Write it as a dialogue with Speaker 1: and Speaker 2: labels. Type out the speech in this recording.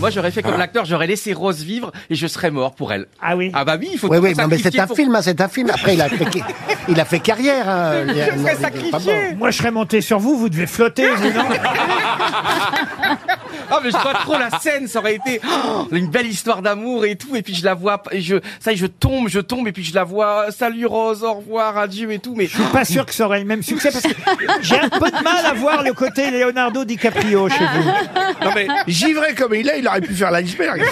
Speaker 1: Moi, j'aurais fait comme
Speaker 2: Ah.
Speaker 1: l'acteur, j'aurais laissé Rose vivre et je serais mort pour elle.
Speaker 3: Ah oui.
Speaker 1: Ah bah oui, il faut
Speaker 2: Oui,
Speaker 1: tout
Speaker 2: oui, non, mais c'est
Speaker 1: sacrifier
Speaker 2: un
Speaker 1: pour-
Speaker 2: film, hein, c'est un film. Après, il a fait, il a fait carrière. hein,
Speaker 1: Je
Speaker 2: Leonardo
Speaker 1: serais
Speaker 2: DiCaprio.
Speaker 1: sacrifié.
Speaker 3: Moi, je serais monté sur vous, vous devez flotter, vous, non
Speaker 1: Ah mais je vois trop la scène, ça aurait été oh, une belle histoire d'amour et tout. Et puis je la vois, et je ça, y est, je tombe, je tombe, et puis je la vois. Salut Rose, au revoir, adieu et tout. Mais
Speaker 3: Je suis pas sûr que ça aurait le même succès parce que j'ai un peu de mal à voir le côté Leonardo DiCaprio chez vous.
Speaker 4: Non mais givré comme il est, il aurait pu faire l'iceberg.